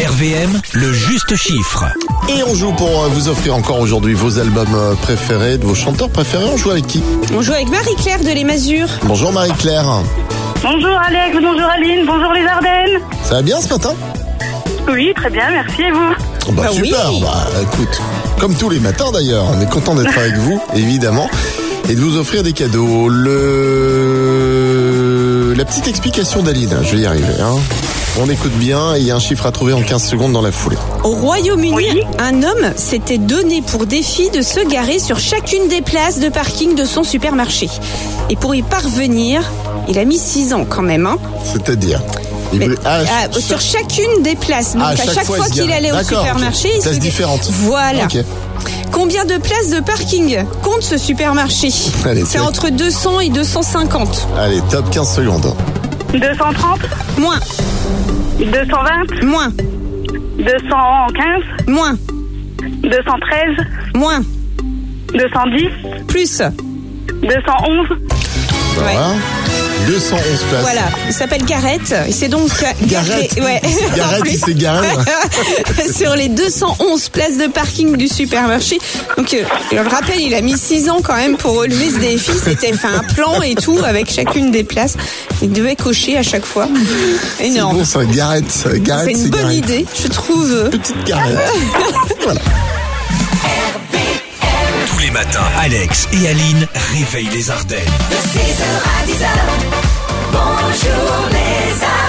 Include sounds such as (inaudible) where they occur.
RVM, le juste chiffre. Et on joue pour euh, vous offrir encore aujourd'hui vos albums euh, préférés, de vos chanteurs préférés. On joue avec qui On joue avec Marie-Claire de Les Masures. Bonjour Marie-Claire. Bonjour Alex, bonjour Aline, bonjour les Ardennes. Ça va bien ce matin Oui, très bien, merci et vous Bah, Bah oui. super, bah écoute, comme tous les matins d'ailleurs, on est content d'être avec vous, (laughs) évidemment, et de vous offrir des cadeaux. Le... La petite explication d'Aline, je vais y arriver. Hein. On écoute bien et il y a un chiffre à trouver en 15 secondes dans la foulée. Au Royaume-Uni, Oui. un homme s'était donné pour défi de se garer sur chacune des places de parking de son supermarché. Et pour y parvenir, il a mis 6 ans quand même. hein. C'est-à-dire il Mais- voulait- ah, Ah, je- sur chacune des places. Donc Ah, à chaque, fois, il se qu'il gare. allait au D'accord, ok. supermarché, il Places se- différentes. Voilà. Ok. Combien de places de parking compte ce supermarché Allez, C'est tiens. entre 200 et 250. Allez, top 15 secondes. 230, Moins, 220, moins, 215, moins, 213, moins, 210, plus. 211. Ouais. Voilà. 211 places. Hein Voilà, il s'appelle Garrett. Il s'est donc garé Garrett. (laughs) Garrett, En plus. il s'est garé. (laughs) hein. sur les 211 places de parking du supermarché. Donc, euh, je le rappelle, il a mis 6 ans quand même pour relever ce défi. C'était fait un plan et tout avec chacune des places. Il devait cocher à chaque fois. C'est Énorme. bon ça, Garrett. Garrett, C'est une bonne Garrett. idée, je trouve. Petite (laughs) Garrett. voilà. Tous les matins, Alex et Aline réveillent les Ardennes. De 6h à 10h, bonjour les Ardennes.